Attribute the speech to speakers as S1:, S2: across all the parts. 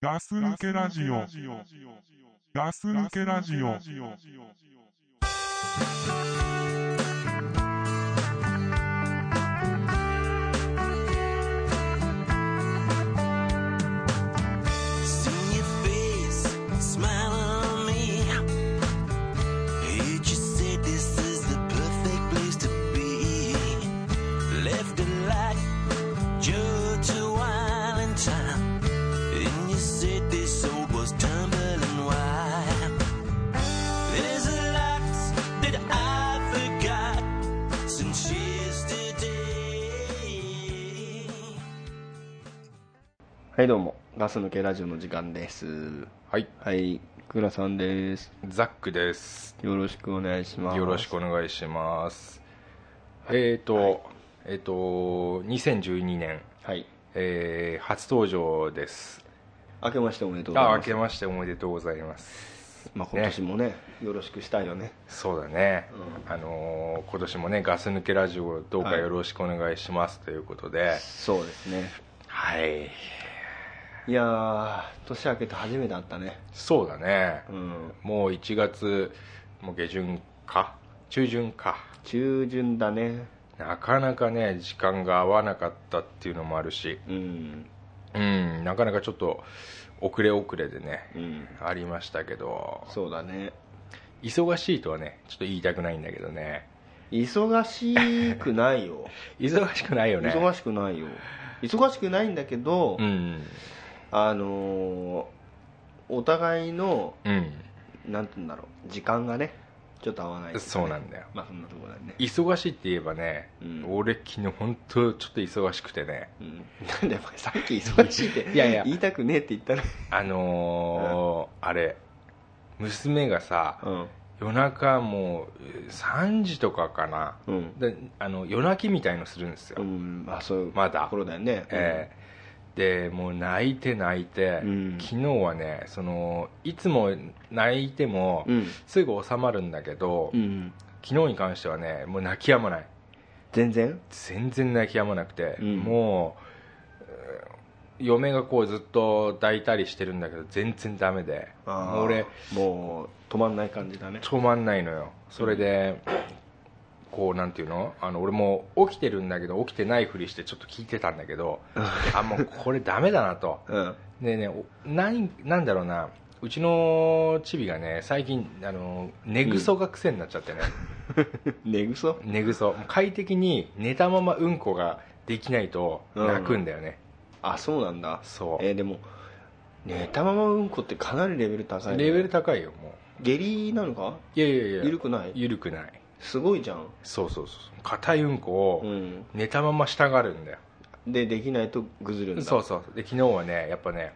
S1: ガス抜けラジオ。ガス抜けラジオ。
S2: Seen your face, smile on me. Heard you say this is the perfect place to be. Left a light, just to while in time. And you said this soul was tumbling wide. There's a lot that I forgot since yesterday.
S3: はいどうもガス抜けラジオの時間です
S4: はい、
S3: はいくらさんです
S4: ザックです。
S3: よろしくお願いします
S4: よろしくお願いします。えっ、と、えっ、と、2012年、
S3: はい
S4: えー初登場です。
S3: 明けましておめでとうござい
S4: あ、
S3: ます
S4: 明けましておめでとうございます。
S3: まあ、今年もねよろしくしたいよね
S4: そうだね、あのー今年もね、ガス抜けラジオ、どうか
S3: はい
S4: よろしくお願いしますということで、
S3: そうですね
S4: はい、
S3: いやー年明けて初めて会ったね
S4: そうだね、
S3: うん
S4: もう1月、もう下旬か、中旬か。
S3: 中旬だね
S4: なかなかね時間が合わなかったっていうのもあるし、
S3: うん
S4: うん、なかなかちょっと遅れ遅れでね、
S3: うん
S4: ありましたけど
S3: そうだね
S4: 忙しいとはねちょっと言いたくないんだけどね
S3: 忙しくないよ
S4: 忙しくないよね
S3: 忙しくないよ忙しくないんだけど、
S4: うん
S3: あのーお互いの
S4: うん
S3: なんて言うんだろう時間がねちょっと合わないといかね、
S4: そうなんだよ
S3: まあそんなところだね、
S4: 忙しいって言えばね、
S3: うん
S4: 俺昨日本当ちょっと忙しくてね
S3: うん、なんでお前さっき忙しいって
S4: いやいや
S3: 言いたくねえって言ったね
S4: あのーあれ娘がさ
S3: うん
S4: 夜中もうえー3時とかかな
S3: うん、
S4: であの夜泣きみたいのするんですよ、
S3: うん、まあそういう
S4: まだ
S3: ところだよね、
S4: えーでもう泣いて泣いて、
S3: うん
S4: 昨日はねそのいつも泣いても、
S3: うん
S4: すぐ収まるんだけど、
S3: うん、
S4: 昨日に関してはねもう泣き止まない
S3: 全然
S4: 全然泣き止まなくて、
S3: うん
S4: もうえー嫁がこうずっと抱いたりしてるんだけど全然ダメで
S3: あー
S4: もう俺
S3: もう止まんない感じだね
S4: 止まんないのよそれで、こうなんていうのあの俺も起きてるんだけど起きてないふりしてちょっと聞いてたんだけどあもうこれダメだなと
S3: うん
S4: でねおなんなんだろうなうちのチビがね最近あの寝ぐそが癖になっちゃってね、
S3: 寝ぐそ
S4: 寝ぐそ快適に寝たままうんこができないと
S3: うん
S4: 泣くんだよね、
S3: あそうなんだ
S4: そう、
S3: えーでも寝たままうんこってかなりレベル高いね、
S4: レベル高いよも
S3: 下痢なのか
S4: ういやいやいや
S3: 緩くない
S4: ゆるくない
S3: すごいじゃん
S4: そうそうそう硬いうんこ
S3: う
S4: を
S3: ん
S4: 寝たまましたがるんだよ、
S3: でできないとぐずるんだ
S4: そうそうで昨日はねやっぱね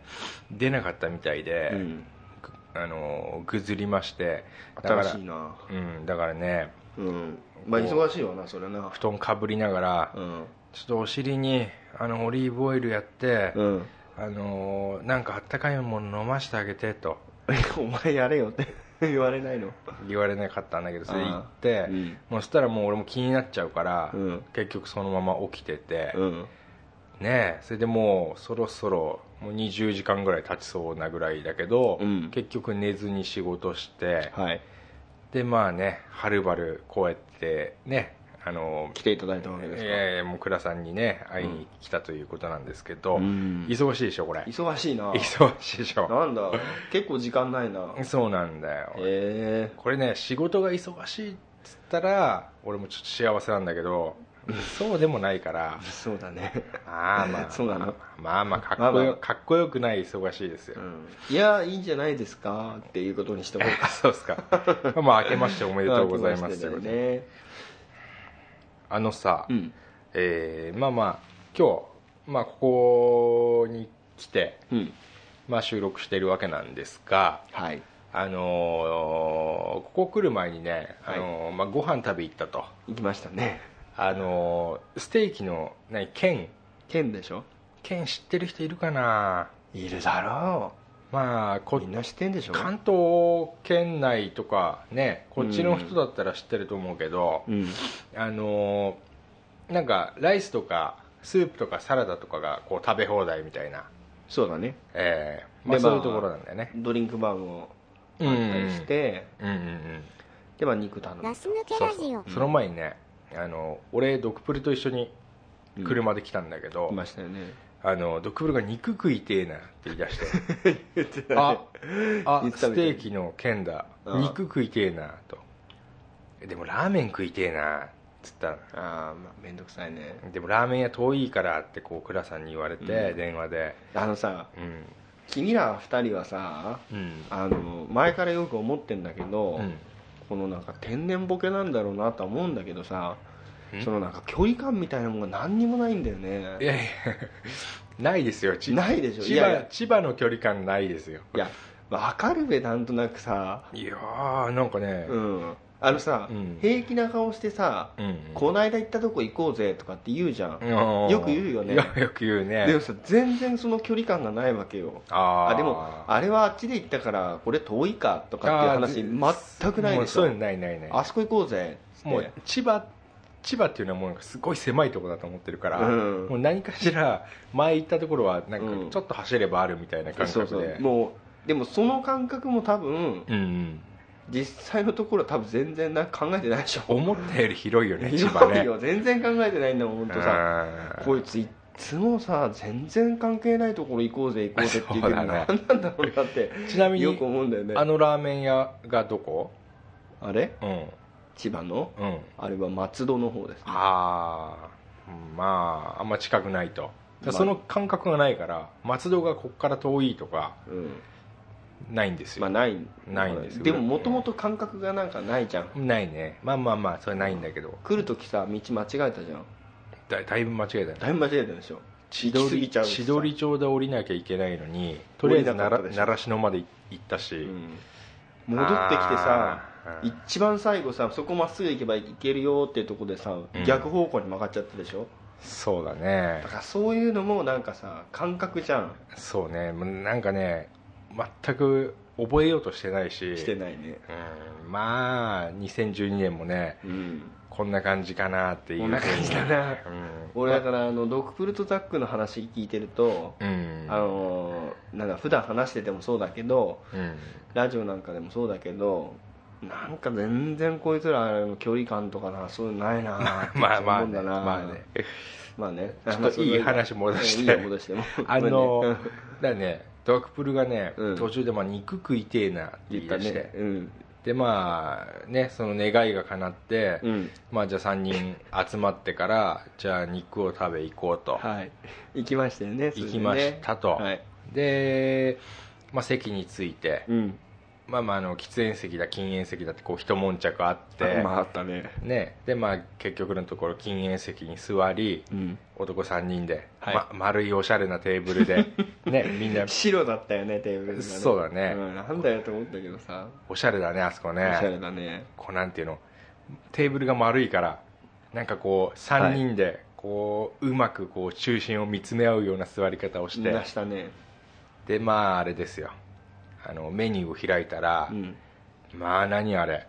S4: 出なかったみたいで、
S3: うん、
S4: ぐあのぐずりましてだから
S3: 新しいな
S4: うんだからね
S3: うんまあ忙しいわなそれな
S4: 布団かぶりながら
S3: うん
S4: ちょっとお尻にあのオリーブオイルやって、
S3: うん
S4: あのーなんかあったかいもの飲ましてあげてと
S3: お前やれよって言われないの
S4: 言われなかったんだけどそれ言っ
S3: あ
S4: て
S3: ーうん
S4: もうそしたらもう俺も気になっちゃうから、
S3: うん
S4: 結局そのまま起きてて、
S3: うん
S4: ねえそれでもうそろそろもう20時間ぐらい経ちそうなぐらいだけど、
S3: うん
S4: 結局寝ずに仕事して
S3: はい
S4: でまあねはるばるこうやってねあのー
S3: 来ていただいたわけですか、
S4: ええもう倉さんにね会いに来たということなんですけど、
S3: うん
S4: 忙しいでしょこれ
S3: 忙しいな
S4: 忙しいでしょ
S3: なんだ結構時間ないな
S4: そうなんだよ、
S3: え
S4: これね仕事が忙しいっつったら俺もちょっと幸せなんだけどそうでもないから
S3: えそうだね、
S4: ああま あ
S3: そうなの
S4: まあまあかっこ
S3: まあまあ
S4: よかっこよくない忙しいですよ、
S3: うん、いやいいんじゃないですかっていうことにしてもら
S4: そうですかまあまあ明けまして おめでとうご ざいますということで
S3: ね
S4: あのさ、
S3: うん
S4: えーまあまあ今日、まあ、ここに来て、
S3: うん
S4: まあ、収録してるわけなんですが
S3: はい
S4: あのーここ来る前にね、あのーまあ、ご飯食べ行ったと、
S3: 行きましたね
S4: あのーステーキの何券
S3: 県でしょ
S4: 県知ってる人いるかない
S3: るだろ
S4: まあこ
S3: うみんな知ってんでしょ
S4: 関東圏内とかねこっちの人だったら知ってると思うけど、
S3: うん
S4: あのーなんかライスとかスープとかサラダとかがこう食べ放題みたいな
S3: そうだね
S4: ええまあ、
S3: でまあ
S4: そういうところなんだよね
S3: ドリンクバーも
S4: うん
S3: あ
S4: う
S3: った
S4: ん
S3: りして、
S4: うんうんうん
S3: でまあ肉頼む
S5: ガス抜け
S4: そう
S5: ラジ
S4: そ
S5: オ
S4: うその前にねあの俺ドクプルと一緒に車で来たんだけど、
S3: いましたよ ね
S4: あのドクブルが肉食いてえなって言い出して
S3: 言ってたね
S4: ああ
S3: 言ってた
S4: ス
S3: みたい
S4: テーキの件だ
S3: うん
S4: 肉食いてえなとえでもラーメン食いてえなっつったら
S3: あーまあ面倒くさいね
S4: でもラーメン屋遠いからってこう倉さんに言われて、電話で
S3: あのさ
S4: うん
S3: 君ら二人はさ
S4: うん
S3: あの前からよく思ってんだけど、
S4: うん
S3: このなんか天然ボケなんだろうなとは思うんだけどさ
S4: うん
S3: そのなんか距離感みたいなものが何にもないんだよ
S4: い
S3: ね
S4: やいや ないですよち
S3: ないでしょ
S4: 千葉
S3: いやいや
S4: 千葉の距離感ないですよ
S3: いやわかるべなんとなくさ
S4: いやーなんかね
S3: うんあのさ、
S4: うん
S3: 平気な顔してさ、
S4: うん、
S3: こないだ行ったとこ行こうぜとかって言うじゃん、
S4: うん
S3: よく言うよね
S4: よよく言う
S3: で
S4: ね
S3: もさ全然その距離感がないわけよ
S4: あ
S3: あ
S4: ー
S3: でもあれはあっちで行ったからこれ遠いかとか
S4: あー
S3: っていう話全くない
S4: もう
S3: でし
S4: そう
S3: ょ
S4: いうのないないない
S3: あそこ行こうぜっつって
S4: もう千葉千葉っていうのはもうなんかすごい狭いところだと思ってるから、
S3: うん
S4: もう何かしら前行ったところはなんか
S3: うん
S4: ちょっと走ればあるみたいな感覚
S3: そ
S4: で、
S3: うそうもうでもその感覚も多分
S4: うんうん、
S3: 実際のところは多分全然な考えてないで しょ
S4: 思ったより広いよね千葉
S3: 広い
S4: ね
S3: よ全然考えてないんだもん本当さ
S4: さ
S3: こいついつもさ全然関係ないところ行こうぜ行こうぜって言ってるの
S4: そうだね
S3: 何なんだろうなって
S4: ちなみ
S3: よく
S4: に
S3: 思うんだよね
S4: あのラーメン屋がどこ
S3: あれ
S4: うん
S3: 千葉の
S4: うん
S3: あれは松戸の方ですね
S4: ああまああんま近くないと
S3: まあ
S4: その感覚がないから松戸がここから遠いとか
S3: うん
S4: ないんですよ、
S3: まあない
S4: ないんですよ
S3: でももともと感覚がなんかないじゃん
S4: ないねまあまあまあそれないんだけど
S3: 来るときさ道間違えたじゃん
S4: だだいぶ間違えたね
S3: だいぶ間違えたでしょ
S4: 千
S3: 行き過ぎ
S4: 鳥
S3: ちゃうしさ
S4: 千鳥町で降りなきゃいけないのにとりあえずなら
S3: 降りなかったでしょ
S4: 習志野まで行ったし、
S3: うん戻ってきてさ
S4: あー
S3: 一番最後さそこまっすぐ行けば行けるよっていうとこでさ、
S4: うん
S3: 逆方向に曲がっちゃったでしょ
S4: そうだね
S3: だからそういうのもなんかさ感覚じゃん
S4: そうねもうなんかね全く覚えようとしてないし
S3: してないね
S4: うんまあ2012年もね
S3: うん
S4: こんな感じかなっていう
S3: こんな感じだな俺だからあのドクプルとザックの話聞いてると、
S4: うん、うん
S3: あのーなんだ普段話しててもそうだけど
S4: うん
S3: ラジオなんかでもそうだけどなんか全然こいつらの距離感とかなそういうのないな
S4: まあまあ
S3: そう思うん
S4: ね
S3: だな
S4: まあね
S3: まあね
S4: ちょっといい話戻し
S3: い
S4: て
S3: いよ戻しても
S4: あ
S3: ごめん
S4: の
S3: ね
S4: だねドクプルがね、
S3: うん
S4: 途中でまあ肉食いてえなって言い
S3: 言った
S4: 出して、
S3: ねうん
S4: でまあねその願いが叶って、
S3: うん
S4: まあじゃあ3人集まってからじゃあ肉を食べ行こうと、
S3: はい行きましたよねそれでね
S4: 行きましたと
S3: はい
S4: で、まあ、席について、
S3: うん
S4: まあまああの喫煙席だ禁煙席だってこう一悶着あって、
S3: まああったね
S4: ね、でまあ結局のところ禁煙席に座り
S3: うん
S4: 男3人で、
S3: はい
S4: ま丸いおしゃれなテーブル でねみんな
S3: 白だったよねテーブルがね
S4: そうだね
S3: んなんだよと思ったけどさ
S4: おしゃれだねあそこ
S3: おしゃ
S4: ね
S3: れだね
S4: こうなんていうのテーブルが丸いからなんかこう3人でこう、うまくこう中心を見つめ合うような座り方をして
S3: 出したね
S4: でまああれですよあのメニューを開いたら、
S3: うん
S4: まあ何あれ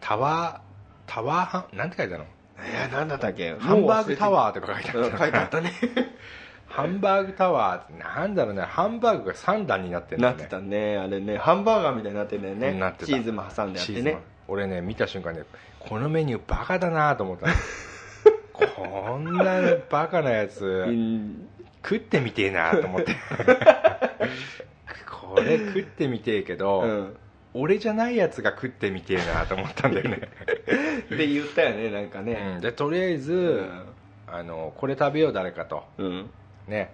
S4: タワータワーハンなんて書いてあるの
S3: いや何だったっけ
S4: ハンバーグタ
S3: ー
S4: ワーとか書いてあ
S3: 書
S4: っ
S3: い
S4: た
S3: てあったね
S4: ハンバーグタワーってなんだろうねハンバーグが3段になってるんだ
S3: な
S4: よ
S3: って
S4: ね
S3: たねあれねハンバーガーみたいになってんだよね
S4: なってた
S3: チーズも挟んであっ
S4: チー
S3: て
S4: ズも
S3: ね
S4: 俺ね見た瞬間ねこのメニューバカだなと思 ったのこんなバカなや
S3: う
S4: つ
S3: ん
S4: 食ってみてえなと思 ってこれ食ってみてえけど、
S3: うん
S4: 俺じゃないやつが食ってみてえなと思ったんだよね、
S3: で言ったよねなんかね
S4: うんでとりあえず、あのこれ食べよう誰かと
S3: うん
S4: ね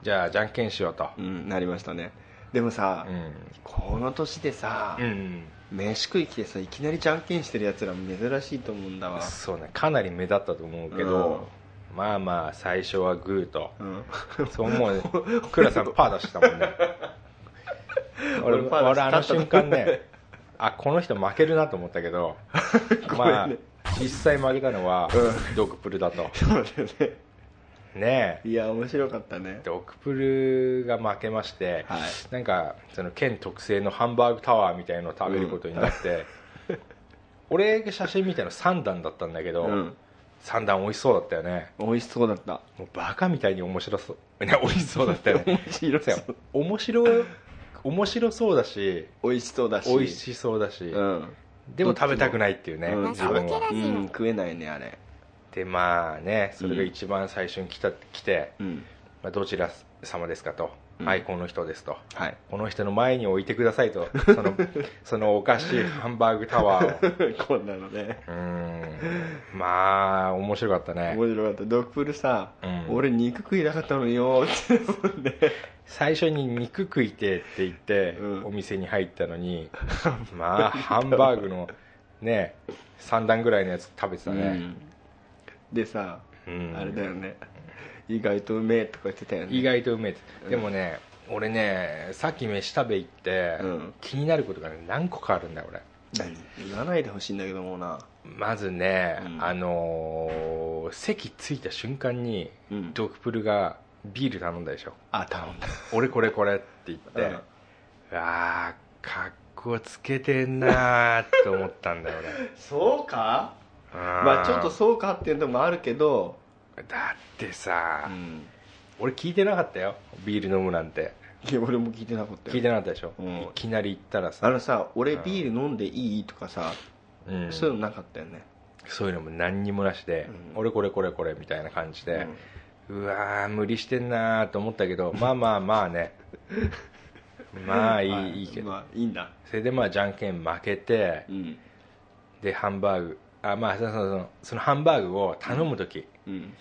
S4: じゃあじゃんけんしようと
S3: うんなりましたねでもさ
S4: うん、
S3: この年でさ
S4: うん、
S3: 飯食い来てさいきなりじゃんけんしてるやつらも珍しいと思うんだわ
S4: そうねかなり目立ったと思うけど、まあまあ最初はグー と
S3: うん
S4: そう思うクラさんパー出したもん ね俺
S3: 俺パー出し
S4: 俺あの瞬間ねあこの人負けるなと思ったけ ど、まあ実際負けたのはドクプルだと
S3: そうだよね
S4: ねえ
S3: いや面白かったね
S4: ドクプルが負けまして、
S3: はい
S4: なんかその県特製のハンバーグタワーみたいのを食べることになって、俺が写真見たの3段だったんだけど、
S3: うん
S4: 三段美味しそうだったよね
S3: 美味しそうだった
S4: もうバカみたいに面白そう ね美味しそうだったよね
S3: 面白
S4: そう
S3: そう
S4: 面白い面白そうだし
S3: 美味しそうだし
S4: 美味しそうだし、
S3: うん、
S4: でも食べたくないっていうね、
S3: うん
S4: 自分は
S3: うん、食えないねあれ
S4: でまあねそれが一番最初に来た来て、
S3: うん
S4: まあ、どちら様ですかと、
S3: うん
S4: はいこの人ですと
S3: はい
S4: この人の前に置いてくださいとそ のそのお菓子ハンバーグタワーを
S3: こんなのね
S4: うーんまあ面白かったね
S3: 面白かったドッグプルさ、
S4: うん
S3: 俺肉食いたかったのよって思うんで
S4: 最初に肉食いてって言って、
S3: うん
S4: お店に入ったの にまあハンバーグのね3段ぐらいのやつ食べてたね、
S3: でさ、
S4: うん
S3: あれだよね意外とうめえとか言ってたよね
S4: 意外とうめえって、でもね俺ねさっき飯食べ行って、
S3: うん
S4: 気になることがね何個かあるんだよ俺
S3: 何言わないでほしいんだけどもな
S4: まずね、
S3: うん
S4: あのー席着いた瞬間に、
S3: うん
S4: ドクプルがビール頼んだでしょ
S3: あ頼んだ
S4: 俺これこれって言って、
S3: うん
S4: うわあ格好つけてんなーって思ったんだよね
S3: そうか ま
S4: ま
S3: あちょっとそうかっていうのもあるけど、
S4: だってさ、
S3: ん、
S4: 俺聞いてなかったよビール飲むなんて
S3: いや俺も聞いてなかったよ
S4: 聞いてなかったでしょ、
S3: うん
S4: いきなり行ったら
S3: あ
S4: さ、
S3: のさ俺ビール飲んでいいとかさ、
S4: うん
S3: そういうのなかったよね
S4: そういうのも何にもなしで、
S3: うん
S4: 俺これこれこれみたいな感じで、うわー無理してんなーと思ったけ どまあまあまあねまあいい,、、
S3: はい
S4: いけど、
S3: まあいいんだ
S4: それでまあじゃんけん負けて
S3: うん
S4: でハンバーグあまあそうそうそうそのハンバーグを頼む時、
S3: うん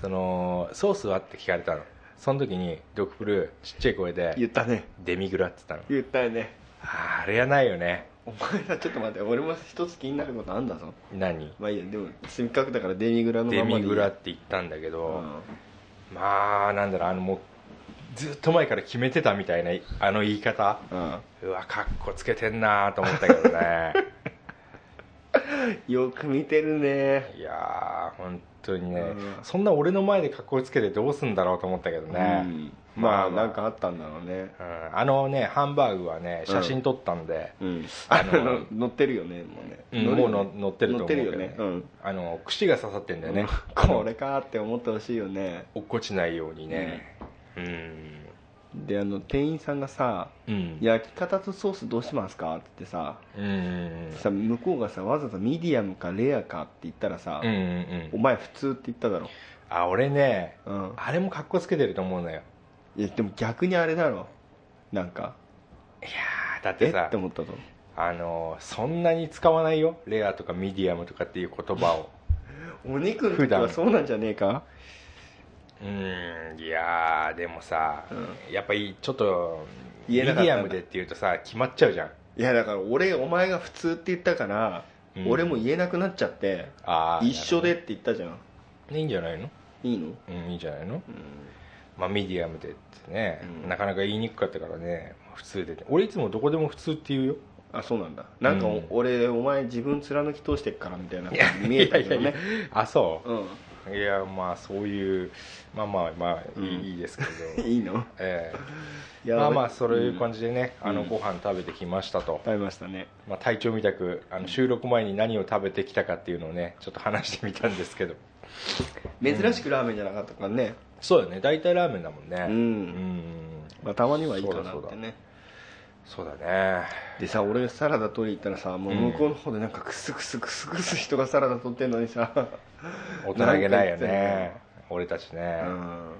S4: そのソースはって聞かれたのその時にドクプルちっちゃい声
S3: 言っ
S4: で
S3: たね
S4: デミグラって言ったの
S3: 言ったよね
S4: あーあれやないよね
S3: お前らちょっと待って俺も一つ気になることあんだぞ
S4: 何
S3: まあいいやでもせっかくだからデミグラのま
S4: デ
S3: までいい
S4: ミグラって言ったんだけ
S3: う
S4: ど、
S3: ん
S4: まあなんだろうあのもうずっと前から決めてたみたいなあの言い方
S3: うん
S4: うわかっこつけてんなーと思ったけど ね
S3: よく見てるね
S4: いやー本当にね、
S3: うん
S4: そんな俺の前でかっこつけてどうすんだろうと思ったけどね、
S3: うん
S4: ま
S3: ま
S4: あ
S3: あなんかあったんだろうね
S4: うんあのねハンバーグはね写真撮ったんで、
S3: うん
S4: あ
S3: あ
S4: の
S3: の乗ってるよねもうね
S4: うん
S3: 乗る
S4: も
S3: よ
S4: う
S3: ね
S4: の乗ってると思うけど、
S3: 乗ってるよねうん
S4: あの串が刺さってんだよね、
S3: これかって思ってほしいよね
S4: 落っこちないようにねうん、
S3: であの店員さんがさ
S4: うん
S3: 「焼き方とソースどうしますか?」って言ってさ
S4: うんうん
S3: さ向こうがさわざわざミディアムかレアかって言ったらさ
S4: うんうんう
S3: お
S4: ん
S3: 前普通って言っただろ
S4: あ俺ね
S3: うん
S4: あれもかっこつけてると思うのよ
S3: いやでも逆にあれだろなんか
S4: いやーだっ
S3: え
S4: て
S3: っ
S4: さ
S3: て思ったぞ
S4: あのそんなに使わないよレアとかミディアムとかっていう言葉を
S3: お肉の
S4: 普
S3: 時
S4: 段
S3: はそうなんじゃねえか
S4: うんいやーでもさ、
S3: う
S4: やっぱりちょっとミ
S3: 言え
S4: デ
S3: なかったん
S4: ィ
S3: だ
S4: アムでっていうとさ決まっちゃうじゃん
S3: いやだから俺お前が普通って言ったから、
S4: うん
S3: 俺も言えなくなっちゃって
S4: あー
S3: 一緒でって言ったじゃん
S4: いいんじゃないの
S3: いいの
S4: うんいいんじゃないの、まあ、ミディアムでってね、
S3: うん
S4: なかなか言いにくかったからね普通でって俺いつもどこでも普通って言うよ
S3: あそうなんだなんかお、
S4: うん
S3: 俺お前自分貫き通してっからみたいな感じに見えたけど
S4: い
S3: ね
S4: やいやいやあそうういやまあそういうまあまあまあいい,、
S3: うん
S4: いいです けど
S3: んいいの
S4: え
S3: い
S4: え
S3: や
S4: まあまあ
S3: 俺
S4: そういう感じでね、
S3: うん
S4: あのご飯食べてきましたと、
S3: 食べましたね
S4: まあ、体調みたくあの収録前に何を食べてきたかっていうのをねちょっと話してみたんですけど
S3: 珍しくラーメンじゃなかったからね、
S4: そうよね大体ラーメンだもんね
S3: うん
S4: ん
S3: まあ、たまにはいいかな
S4: そう
S3: っ
S4: だそ
S3: て
S4: うだ
S3: ね
S4: そうだね
S3: でさ俺サラダ取りに行ったらさもう向こうの方でなんかクスクスクスクス人がサラダ取ってんのにさ
S4: 大人げないよ
S3: なんか言ってる
S4: ね
S3: ね
S4: 俺たちね、
S3: うん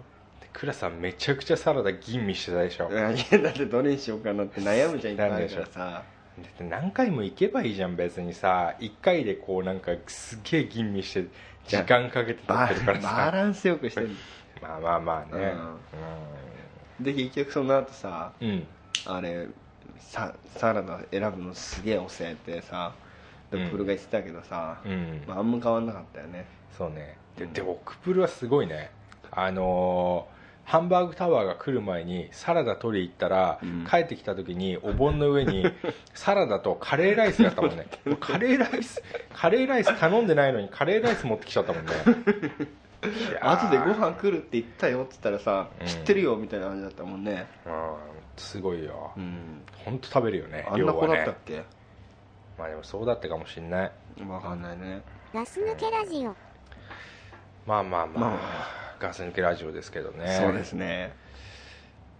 S4: でクラさんめちゃくちゃサラダ吟味してたでしょ
S3: い
S4: だ
S3: やいやだってどれにしようかなって悩むじゃんいっぱいあるからさ
S4: って何回も行けばいいじゃん別にさ1回でこうなんかすげえ吟味して時間かけて撮っ
S3: バ
S4: てるから
S3: バ
S4: さ
S3: ランスよくしてる
S4: まあまあまあね
S3: で結局その後さ
S4: うん、うん
S3: あれさサラダ選ぶのすげえ遅えってさでプルが言ってたけどさ、
S4: うん
S3: まあ、あんま変わんなかったよね
S4: そうねで
S3: うん
S4: でオクプルはすごいねあのーハンバーグタワーが来る前にサラダ取り行ったら、
S3: うん
S4: 帰ってきた時にお盆の上 にサラダとカレーライスだったもんねカレーライスカレーライス頼んでないのにカレーライス持ってきちゃったもんねいやー
S3: 後でご飯来るって言ったよって言ったらさ、
S4: うん
S3: 知ってるよみたいな感じだったもんね、
S4: うんすごいよ
S3: うん、
S4: 本当食べるよね
S3: あん
S4: 量
S3: な子
S4: は
S3: だった
S4: ね
S3: っけ、
S4: まあでもそうだったかもしんない
S3: わかんないね
S5: ガス抜けラジオ
S4: まあまあまあ、
S3: まあま
S4: ガス抜けラジオですけどね
S3: そうですね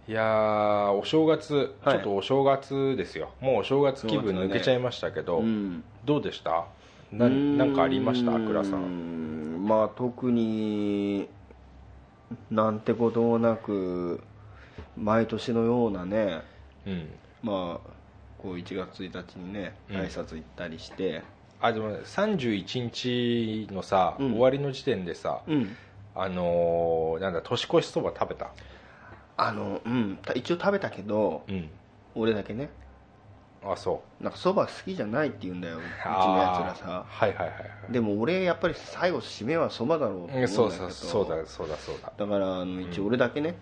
S4: いやーお正月、
S3: は
S4: ち
S3: い
S4: ょっとお正月ですよもうお正月気分抜けちゃいましたけど、
S3: ん
S4: どうでしたななんかありました倉さん
S3: んまあ特になんてこともなく毎年のようなね
S4: うん
S3: まあこう1月1日にね
S4: うん
S3: 挨拶行ったりして
S4: あでも31日のさ、
S3: うん
S4: 終わりの時点でさ、
S3: うん
S4: あのーなんだ年越しそば食べた
S3: あのうんた一応食べたけど
S4: うん
S3: 俺だけね
S4: あそう
S3: なんかそば好きじゃないって言うんだようち
S4: あ
S3: のやつら
S4: ー
S3: さ
S4: はいはいはいはい
S3: でも俺やっぱり最後締めはそばだろうと思うん
S4: うん
S3: だけど
S4: そうそうそうだそうだそうだ
S3: だからあの一応俺だけね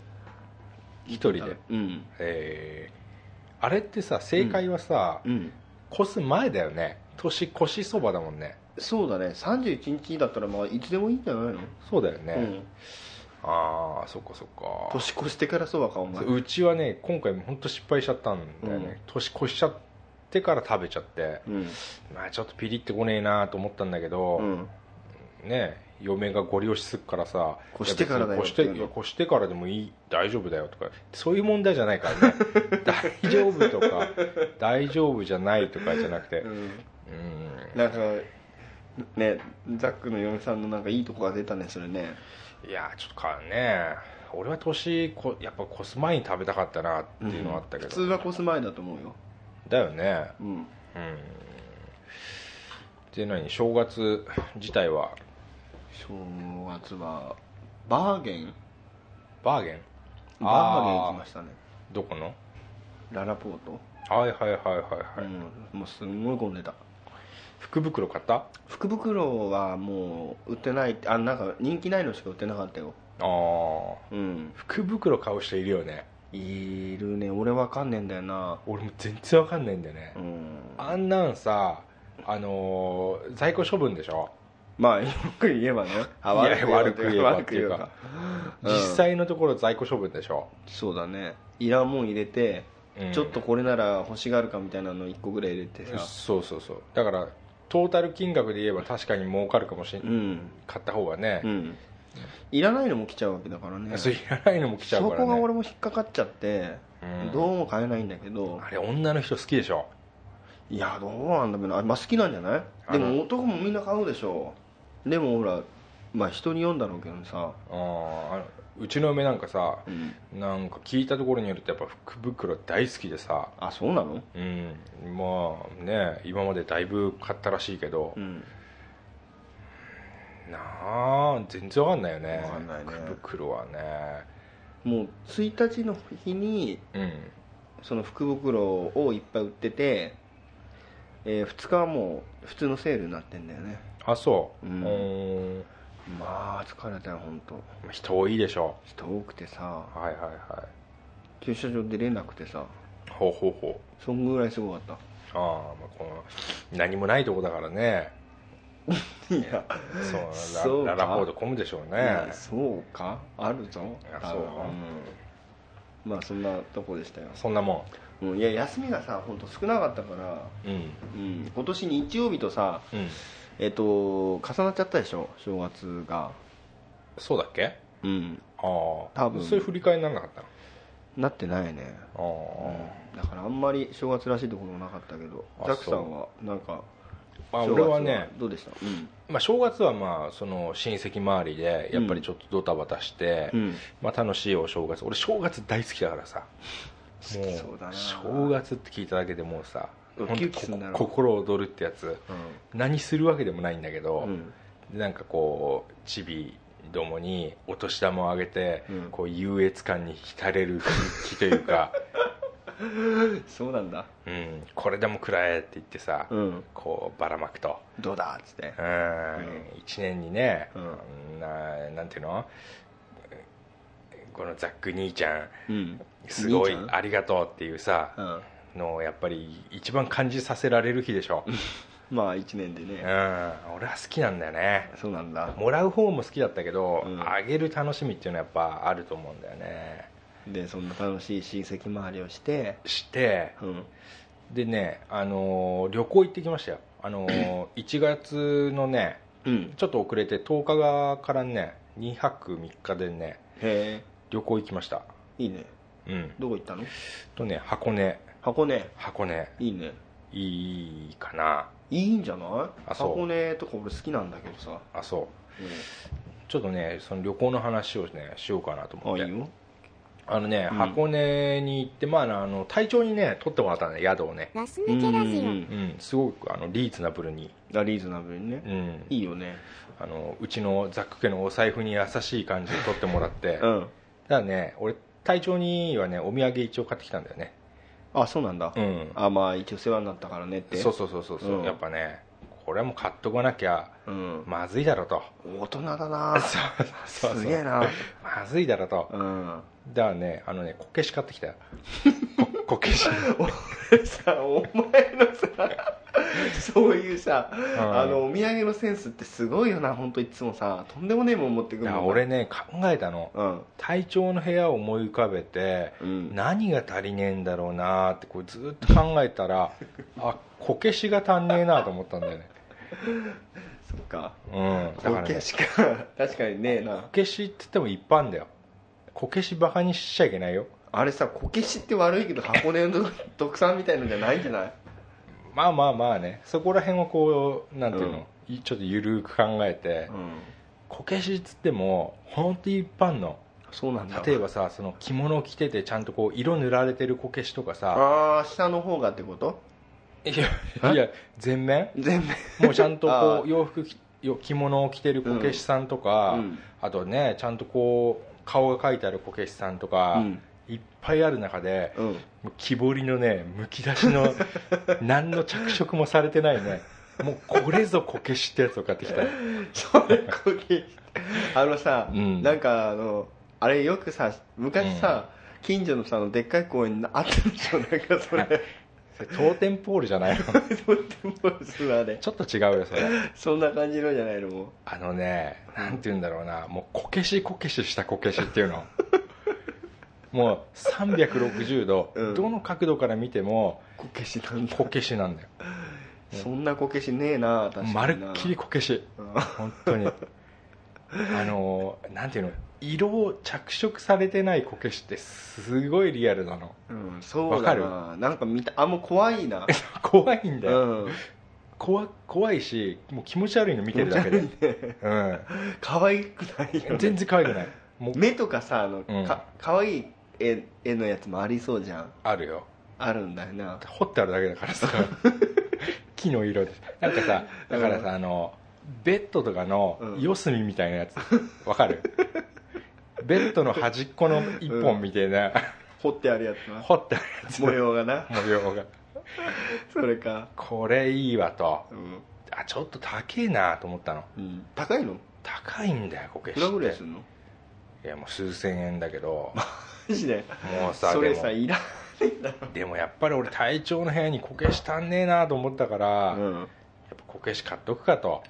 S4: 一人で
S3: うん
S4: えーあれってさ正解はさ、
S3: うん
S4: 越す前だよね年越しそばだもんね
S3: そうだね31日だったらまあいつでもいいんじゃないの
S4: そうだよね、
S3: うん
S4: ああそっかそっか
S3: 年越してからそばかお前
S4: そううちはね今回本当失敗しちゃったんだよね、
S3: うん
S4: 年越しちゃってから食べちゃって、
S3: うん
S4: まあちょっとピリってこねえなと思ったんだけど、
S3: うん
S4: ね嫁がご利用しすっからさ
S3: 越してからだ
S4: いや
S3: よ
S4: 別に
S3: って
S4: 越
S3: いう
S4: し
S3: の
S4: ていや越してからでもいい大丈夫だよとかそういう問題じゃないから ね大丈夫とか大丈夫じゃないとかじゃなくてうん
S3: なんかねザックの嫁さんのなんかいいとこが出たねそれね
S4: いやちょっとかね俺は年こやっぱ越す前に食べたかったなっていうのはあったけ
S3: 普
S4: ど、
S3: 通は越す前だと思うよ
S4: だよね
S3: うん
S4: うんで何正月自体は
S3: 正月はバーゲン
S4: バーゲン
S3: バーゲン行きましたね
S4: どこの
S3: ララポート、
S4: はいはいはいはいはい、
S3: うん、もうすんごい混んでた
S4: 福袋買った
S3: 福袋はもう売ってないあなんか人気ないのしか売ってなかったよ
S4: ああ
S3: うん
S4: 福袋買う人いるよね
S3: いるね俺わかんねえんだよな
S4: 俺も全然わかんないんだよね、
S3: うん
S4: あんなんさあのー在庫処分でしょ
S3: まあよ く言えばねあ
S4: いや悪く言えばっていうか
S3: うん
S4: 実際のところ在庫処分でしょ、
S3: そうだねいらんもん入れて、
S4: うん
S3: ちょっとこれなら欲しがるかみたいなの1個ぐらい入れてさ
S4: そうそうそうだからトータル金額で言えば確かに儲かるかもしれ
S3: う
S4: ない、
S3: ん
S4: 買った方がね
S3: う、んいらないのも来ちゃうわけだからね
S4: そういらないのも来ちゃうから、ね、
S3: そこが俺も引っかかっちゃって、
S4: うん
S3: どうも買えないんだけど
S4: あれ女の人好きでしょ
S3: いやどうなんだろうなあまあ好きなんじゃない
S4: あ
S3: で
S4: の
S3: も男もみんな買うでしょでもほらまあ人に読んだろうけどさ
S4: あーあのうちの嫁なんかさ、
S3: ん
S4: なんか聞いたところによるとやっぱ福袋大好きでさ
S3: あそうなの
S4: うんまあね今までだいぶ買ったらしいけど、
S3: うん
S4: なあ全然わかんないよね
S3: わかんないね
S4: 福袋はね
S3: もう1日の日に
S4: うん
S3: その福袋をいっぱい売ってて、え2日はもう普通のセールになってんだよね
S4: あそう
S3: う
S4: うんーん
S3: まあ疲れたよ本当
S4: 人多いでしょ
S3: 人多くてさ
S4: はいはいはい
S3: 駐車場出れなくてさ
S4: ほうほうほう
S3: そんぐらいすごかっ
S4: ああまあこの何もないとこだからね
S3: たいや
S4: そう
S3: そうか
S4: ラララポート混むでしょう
S3: い
S4: ね
S3: やそうかあるぞ
S4: いや
S3: 多分
S4: そ
S3: うんまあそんなとこでしたよ、
S4: そんなも
S3: うん、いや休みがさ本当少なかったから、
S4: んうん
S3: うん、今年日曜日とさ
S4: うん
S3: えっ、と重なっちゃったでしょ正月が
S4: そうだっけ
S3: うん
S4: ああ多
S3: 分
S4: そういう振り返りにならなかった
S3: なってないね
S4: の
S3: だからあんまり正月らしいところもなかったけど
S4: あ
S3: ザックさんはなんか
S4: ああ、まあ、
S3: 正
S4: 俺
S3: 月
S4: はね
S3: どうでしたうん
S4: まあ、正月はまあその親戚周りでやっぱりちょっとドタバタして、
S3: うん
S4: まあ、楽しいお正月俺正月大好きだからさも
S3: きそうだな
S4: 正月って聞いただけでもうさ
S3: ウキウキすんだろ
S4: ほんとこ心躍るってやつ何するわけでもないんだけど、
S3: うん
S4: でなんかこうチビどもにお年玉をあげて、
S3: うん
S4: こう優越感に浸れる雰囲気という か、
S3: そうなんだ
S4: うん、これでも食らえって言ってさ、
S3: うん
S4: こうばらまくと。
S3: どうだっつって
S4: うん、1年にね、
S3: うん
S4: あんななんていうのこのザック兄ちゃん
S3: うん
S4: すごい
S3: 兄ちゃん
S4: ありがとうっていうさ
S3: うん
S4: のをやっぱり一番感じさせられる日でしょ、
S3: まあ1年で
S4: うん、
S3: ね
S4: 俺は好きなんだよね
S3: そうなんだ
S4: もらう方も好きだったけど、
S3: うん
S4: あげる楽しみっていうのはやっぱあると思うんだよね
S3: でそんな楽しい親戚回りをして
S4: して
S3: うん
S4: でね、あのー旅行行ってきましたよ、あのー1月のね
S3: うん
S4: ちょっと遅れて10日がからね2泊3日でね
S3: へ
S4: 旅行行きました
S3: えいいね
S4: うん
S3: どこ行ったの
S4: とね箱根
S3: 箱根
S4: 箱根
S3: いいね
S4: いいかない
S3: いんじゃない
S4: あそう
S3: 箱根とか俺好きなんだけどさ、
S4: あそうちょっとねその旅行の話をねしようかなと
S3: うん
S4: 思っ
S3: あいい
S4: て
S3: よ
S4: あのね
S3: うん
S4: 箱根に行ってまああの体調にね取ってもらったね宿をね
S5: ラス
S3: う
S5: 抜
S3: んうん
S5: け
S3: う
S5: ラジオ。
S3: ん
S4: うんすごくあのリーズナブルに
S3: あリーズナブルにね
S4: う、ん
S3: いいよね
S4: あのうちのザック家のお財布に優しい感じで取ってもらって
S3: うん
S4: ただね俺体調にはねお土産一応買ってきたんだよね
S3: あそうなんだ、
S4: うん
S3: あまあ一応世話になったからねって
S4: そうそうそうそうそう、
S3: うん
S4: やっぱねこれはもう買っとかなきゃ
S3: うん、
S4: まずいだろと
S3: 大人だ な
S4: そうそうそう
S3: すげえな
S4: まずいだろと
S3: うん
S4: だからねあのねこけし買ってきたよここ けし
S3: 俺さお前のさそういうさ、
S4: ん
S3: あのお土産のセンスってすごいよな本当いつもさとんでもねえもん持って
S4: い
S3: くる
S4: や
S3: もん
S4: 俺ね考えたの
S3: うん
S4: 体調の部屋を思い浮かべて
S3: うん
S4: 何が足りねえんだろうなってこうずっと考えたらあこけしが足んねえなと思ったんだよね
S3: そっか
S4: うんだから
S3: こ
S4: ね
S3: けしか確かにねえな
S4: こけしって言っても一般だよこけしバカにしちゃいけないよ
S3: あれさこけしって悪いけど箱根の特産みたいのじゃないんじゃない
S4: まあまあまあねそこら辺をこうなんていう
S3: うん
S4: の、いちょっと緩く考えて、
S3: うん
S4: こけしっつっても本当一般の
S3: そうなんだ
S4: 例えばさその着物を着ててちゃんとこう色塗られてるこけしとかさ
S3: ああー下の方がってこと
S4: いやいや全面
S3: 全面
S4: もうちゃんと
S3: あ
S4: こ
S3: ー
S4: う洋服着よ着物を着てるこけしさんとか、
S3: うん
S4: あとねちゃんとこう顔が描いてあるこけしさんとか、
S3: うん
S4: いっぱいある中で
S3: うん
S4: もう木彫りのねむき出し の何の着色もされてないねもうこれぞこけしってやつを買って きた
S3: それこけあのさ、
S4: うん
S3: なんかあのあれよくさ昔さ、近所のさあのでっかい公園にあったでしょなんかそれ
S4: それ当店ポールじゃないの
S3: とってもするあれ
S4: ちょっと違うよそれ
S3: そんな感じのじゃないのもう
S4: あのねなんて言うんだろうなもうこけしこけししたこけしっていう のもう360度、
S3: うん
S4: どの角度から見ても
S3: こけしなんだ
S4: こけしなんだよ
S3: そんなこけしねえな確かにな
S4: まるっきりこけし
S3: うん
S4: 本当にあのーなんていうの色を着色されてないこけしってすごいリアルなの
S3: うん、そうだ
S4: わ
S3: ななんか見たあもう怖いな
S4: 怖いんだ
S3: う
S4: よ、
S3: ん
S4: 怖怖いしもう気持ち悪いの見てるだけ で、う
S3: 可愛くないよ
S4: ん、
S3: ね
S4: 全然可愛くないもう
S3: 目とかさあの、
S4: うん
S3: か可愛い絵絵のやつもありそうじゃん
S4: あるよ
S3: あるんだよな
S4: 掘ってあるだけだからさ 木の色ですなんかさだからさ、
S3: うん
S4: あのベッドとかの四隅みたいなやつわか るベッドの端っこの一本みたいな、
S3: 彫ってあるやつな
S4: 掘ってあるやつ
S3: 模様がな
S4: 模様が
S3: それか、
S4: これいいわと
S3: うん
S4: あちょっと高えなと思ったの
S3: 高いの
S4: 高いんだよこけし
S3: いくらぐらい
S4: っ
S3: す
S4: て
S3: るの
S4: いやもう数千円だけど
S3: マジで
S4: もうさ
S3: それ
S4: で
S3: さ
S4: も
S3: いら
S4: でもやっぱり俺体調の部屋にこけし足んねえなと思ったから、
S3: ん
S4: やっぱこけし買っとくかと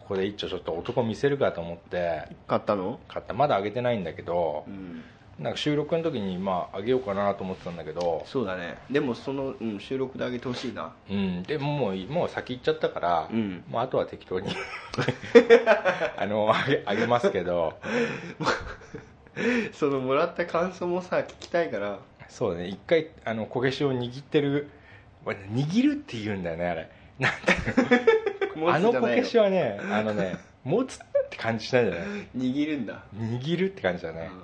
S4: ここで一丁ちょっと男見せるかと思って
S3: 買ったの
S4: 買ったまだあげてないんだけど
S3: う、ん
S4: なんか収録の時にまああげようかなと思ってたんだけど
S3: そうだねでもその、うん、収録であげてほしいな
S4: うんでももうもう先行っちゃったから、
S3: うん
S4: もうあとは適当に あのあげあげますけど
S3: そのもらった感想もさ聞きたいから
S4: そうだね一回あのこけしを握ってる俺握るって言うんだよねあれなん
S3: 持
S4: あ
S3: つ
S4: の
S3: じゃ
S4: こ
S3: ない
S4: けしはねあのね持つって感じしないじゃない
S3: 握るんだ、
S4: 握るって感じだね、う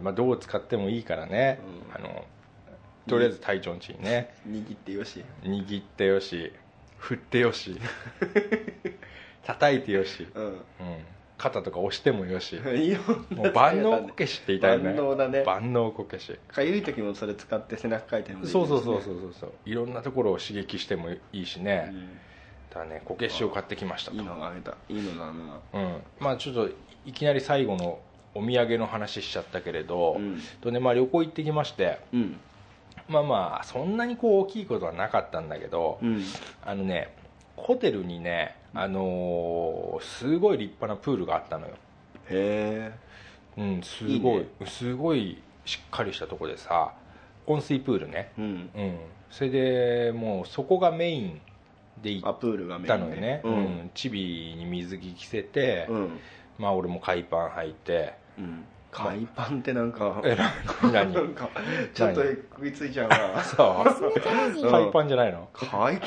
S4: んまあ、どう使ってもいいからね、
S3: うん
S4: あのとりあえず隊長んちにね
S3: うん握ってよし
S4: 握ってよし振ってよし 叩いてよし、
S3: うん
S4: うん、肩とか押してもよ し
S3: いいよ
S4: もう万能こけしって言いたいよね
S3: 万能だね
S4: 万能こけし
S3: かゆい時もそれ使って背中かいてもいいし
S4: そうそうそうそうそうそういろんなところを刺激してもいいしね、
S3: ん
S4: だねこけしを買ってきましたと
S3: いいのあげたいいのだな
S4: うんまあ、ちょっといきなり最後のお土産の話しちゃったけれど、
S3: うん
S4: とねまあ、旅行行ってきまして
S3: うん
S4: まあまあそんなにこう大きいことはなかったんだけど、
S3: うん
S4: あのねホテルにね、あのーすごい立派なプールがあったのよ、
S3: へえ
S4: うん、すごい
S3: いい
S4: すごいしっかりしたとこでさ温水プールね、
S3: うん
S4: うん、それでもうそこがメインで行
S3: あ
S4: っ
S3: プールがメイン
S4: た
S3: で
S4: のよね、
S3: う
S4: うんん、チビに水着着せて、
S3: うん
S4: まあ俺も海パン履いて
S3: うん海パンってなんか
S4: えな
S3: な
S4: 何
S3: んかちょっと食いついちゃうな
S4: そう
S3: うん
S4: 海パンじゃないの
S3: 海パ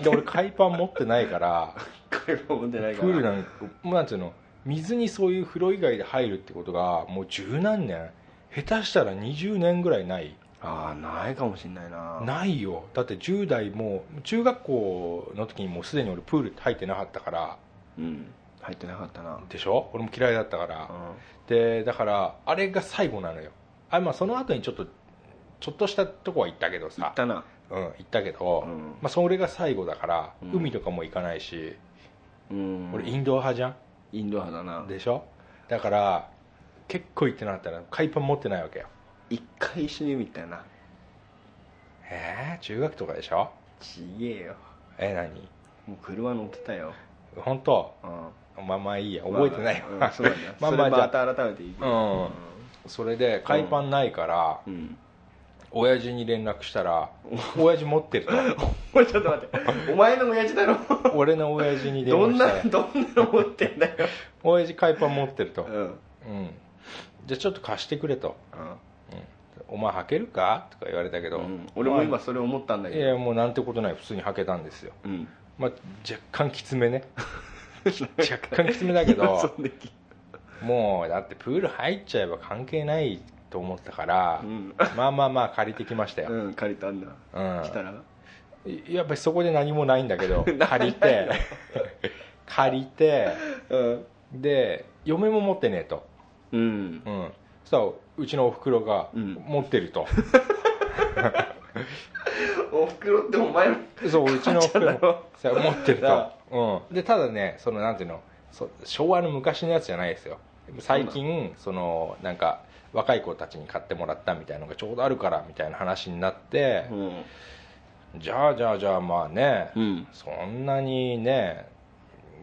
S3: ン
S4: で俺海パン持ってないから
S3: 海パン持ってないか
S4: プール
S3: ら
S4: なんもうなんていうの水にそういう風呂以外で入るってことがもう十何年下手したら20年ぐらいない
S3: ああないかもしんないな
S4: ないよだって10代も中学校の時にもうすでに俺プール入ってなかったから
S3: うん入ってなかったな
S4: でしょ俺も嫌いだったからでだからあれが最後なのよあまあその後にちょっとちょっとしたとこは行ったけど
S3: 行
S4: さ
S3: ったな
S4: うん、行ったけど、
S3: うん
S4: まあ、それが最後だから、
S3: うん
S4: 海とかも行かないし
S3: うん
S4: 俺インドア派じゃん、
S3: インド派だな
S4: でしょだから結構行ってなかったら海パン持ってないわけよ
S3: 一回一緒にみたいな
S4: えー、中学とかでしょ
S3: ちげえよ
S4: えー、何
S3: もう車乗ってたよ
S4: 本当
S3: うん
S4: まあまあいいや覚えてないよ、
S3: まあうんそうだね
S4: まあ
S3: それ
S4: まあじゃ
S3: ま
S4: あ
S3: た改めていい
S4: うんそれで海パンないから、
S3: うん
S4: 親父に連絡したら親父持ってる と
S3: もうちょっと待ってお前の親父だろ
S4: 俺の親父に電
S3: ど
S4: 話
S3: ん
S4: した
S3: な
S4: ら
S3: どんなの持ってんだよ
S4: 親父海パン持ってると、
S3: うんう
S4: う
S3: ん
S4: ん、じゃあちょっと貸してくれとお前履けるかとか言われたけど、
S3: うん俺も今それ思ったんだ
S4: い
S3: けど
S4: やもうなんてことない普通に履けたんですよ、
S3: うん
S4: まあ、若干きつめ ね若干きつめだけど
S3: そんでき
S4: もうだってプール入っちゃえば関係ないと思ったから、
S3: うん
S4: まあまあまあ借りてきましたよ、
S3: うん借りたんだ
S4: うん
S3: したら
S4: いやっぱりそこで何もないんだけ ど借りて借りて
S3: うん
S4: で嫁も持ってねえと、
S3: うん
S4: うん、そしたらうちのおふくろが
S3: うん
S4: 持ってると、
S3: おふくろってお前の
S4: そううちのおふくろ
S3: 母ちゃんだろ
S4: もそう持ってる
S3: な
S4: と、うん、でただねそのなんていうのそ昭和の昔のやつじゃないですよ最近そのなんか若い子たちに買ってもらったみたいなのがちょうどあるからみたいな話になって、
S3: うん
S4: じゃあじゃあじゃあまあね、
S3: うん
S4: そんなにね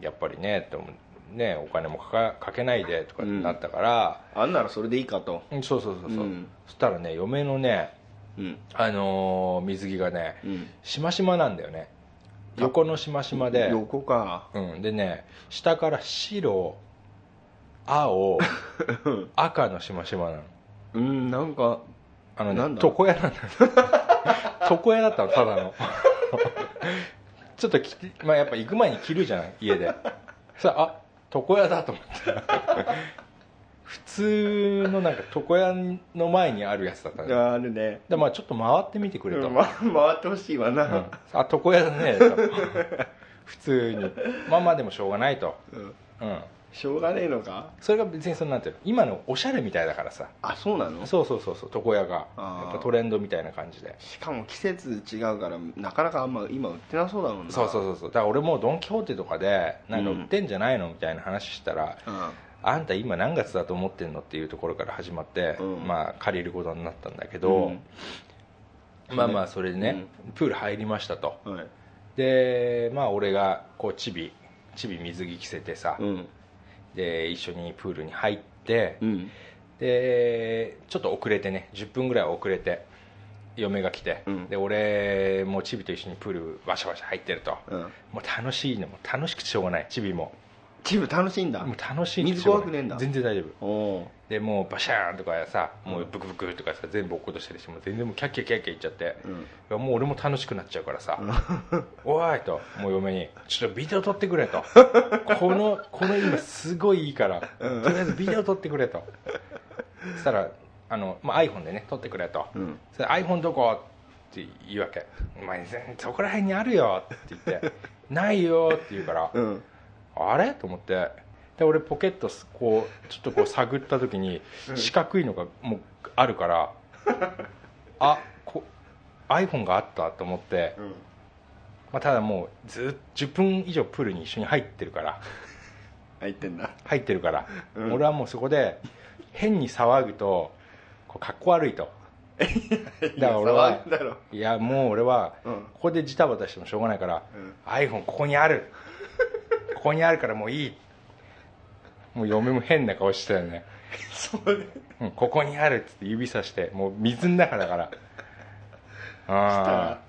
S4: やっぱりねとねお金もかかかけないでとかになったから、
S3: あんならそれでいいかと
S4: うんそうそうそうそう、
S3: うん
S4: そしたらね嫁のね
S3: うん
S4: あのー水着がね、
S3: うん
S4: しましまなんだよね横のしましまで、
S3: 横か
S4: うん、でね下から白青 赤のしましまなの
S3: うんなんか
S4: あの
S3: なん
S4: ね
S3: だ
S4: 床屋なんだよ床屋だったのただの ちょっと着て、まあ、やっぱ行く前に着るじゃん家でさあ床屋だと思って 普通のなんか床屋の前にあるやつだったのよ
S3: あるね
S4: でまあちょっと回ってみてくれと、
S3: うんま回ってほしいわ
S4: う
S3: なん
S4: あ床屋だねと 普通にまあまあでもしょうがないと、
S3: うん
S4: うん、
S3: しょうがねえのか
S4: それが別にそのなんていうの今のおしゃれみたいだからさ
S3: あそうなの
S4: そうそうそうそう床屋が
S3: あー
S4: やっぱトレンドみたいな感じで
S3: しかも季節違うからなかなかあんま今売ってなそうだもんな
S4: そうそう
S3: う
S4: そうそうだから俺もドン・キホーテとかでなんか売ってんじゃないのみたいな話したら、あんた今何月だと思ってんのっていうところから始まって、
S3: うん
S4: まあ借りることになったんだけど、まあまあそれでね、プール入りましたと
S3: うんはい
S4: でまあ俺がこうチビチビ水着着せてさ、
S3: うん
S4: で一緒にプールに入って、
S3: うん
S4: でちょっと遅れてね10分ぐらい遅れて嫁が来て、
S3: うん
S4: で俺もチビと一緒にプールバシャバシャ入ってると、
S3: うん
S4: もう楽しいのもう楽しくてしょうがないチビも
S3: チーム楽しいんだ
S4: もう楽しい
S3: 水怖くねえんだ
S4: 全然大丈夫
S3: おお
S4: でもうバシャーンとかさもうブクブクとかさ全部落っことしたりしてもう全然もうキャッキャキャッキャいっちゃって、
S3: うん
S4: いやもう俺も楽しくなっちゃうからさ「 おーい」ともう嫁に「ちょっとビデオ撮ってくれ」 と「このこの今すごいいいからとりあえずビデオ撮ってくれ」とそしたらあの、まあ、iPhone でね撮ってくれと「
S3: うん
S4: それ iPhone どこ?」って言うわけ「お前全そこら辺にあるよ」って言って「ないよ」って言うから「
S3: うん
S4: あれと思ってで俺ポケットすこうちょっ とこう探った時に四角いのがもうある からあこ iPhone があったと思って、
S3: ん
S4: まあ、ただもうずっ10分以上プールに一緒に入ってるから
S3: 入ってんだ
S4: 入ってるから、
S3: うん
S4: 俺はもうそこで変に騒ぐとこうかっこ悪い とだから俺は
S3: 騒ぐだろ
S4: いやもう俺は
S3: うん
S4: ここでジタバタしてもしょうがないから、
S3: うん
S4: iPhone ここにある ここにあるからもういいもう嫁も変な顔してたよね、
S3: それ
S4: うん、ここにあるっつって指さしてもう水の中だ から
S3: した
S4: あ
S3: ら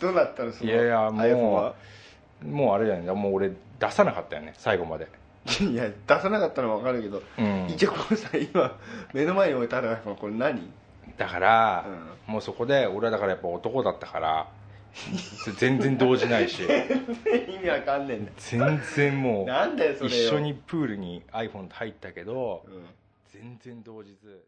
S3: どうなったのそ
S4: あい
S3: の
S4: やいや
S3: iPhone
S4: も
S3: は
S4: もうあれじゃないもう俺出さなかったよね最後まで
S3: いや出さなかったのは分かるけど、
S4: うん
S3: 一応これさ今目の前に置いてある iPhone これ何
S4: だから、もうそこで俺はだからやっぱ男だったから全然動じない し
S3: 意味わかんねえんだよ
S4: 全然も
S3: なんだよそうれ
S4: 一
S3: よ
S4: 緒にプールに iPhone と入ったけど
S3: うん
S4: 全然動じず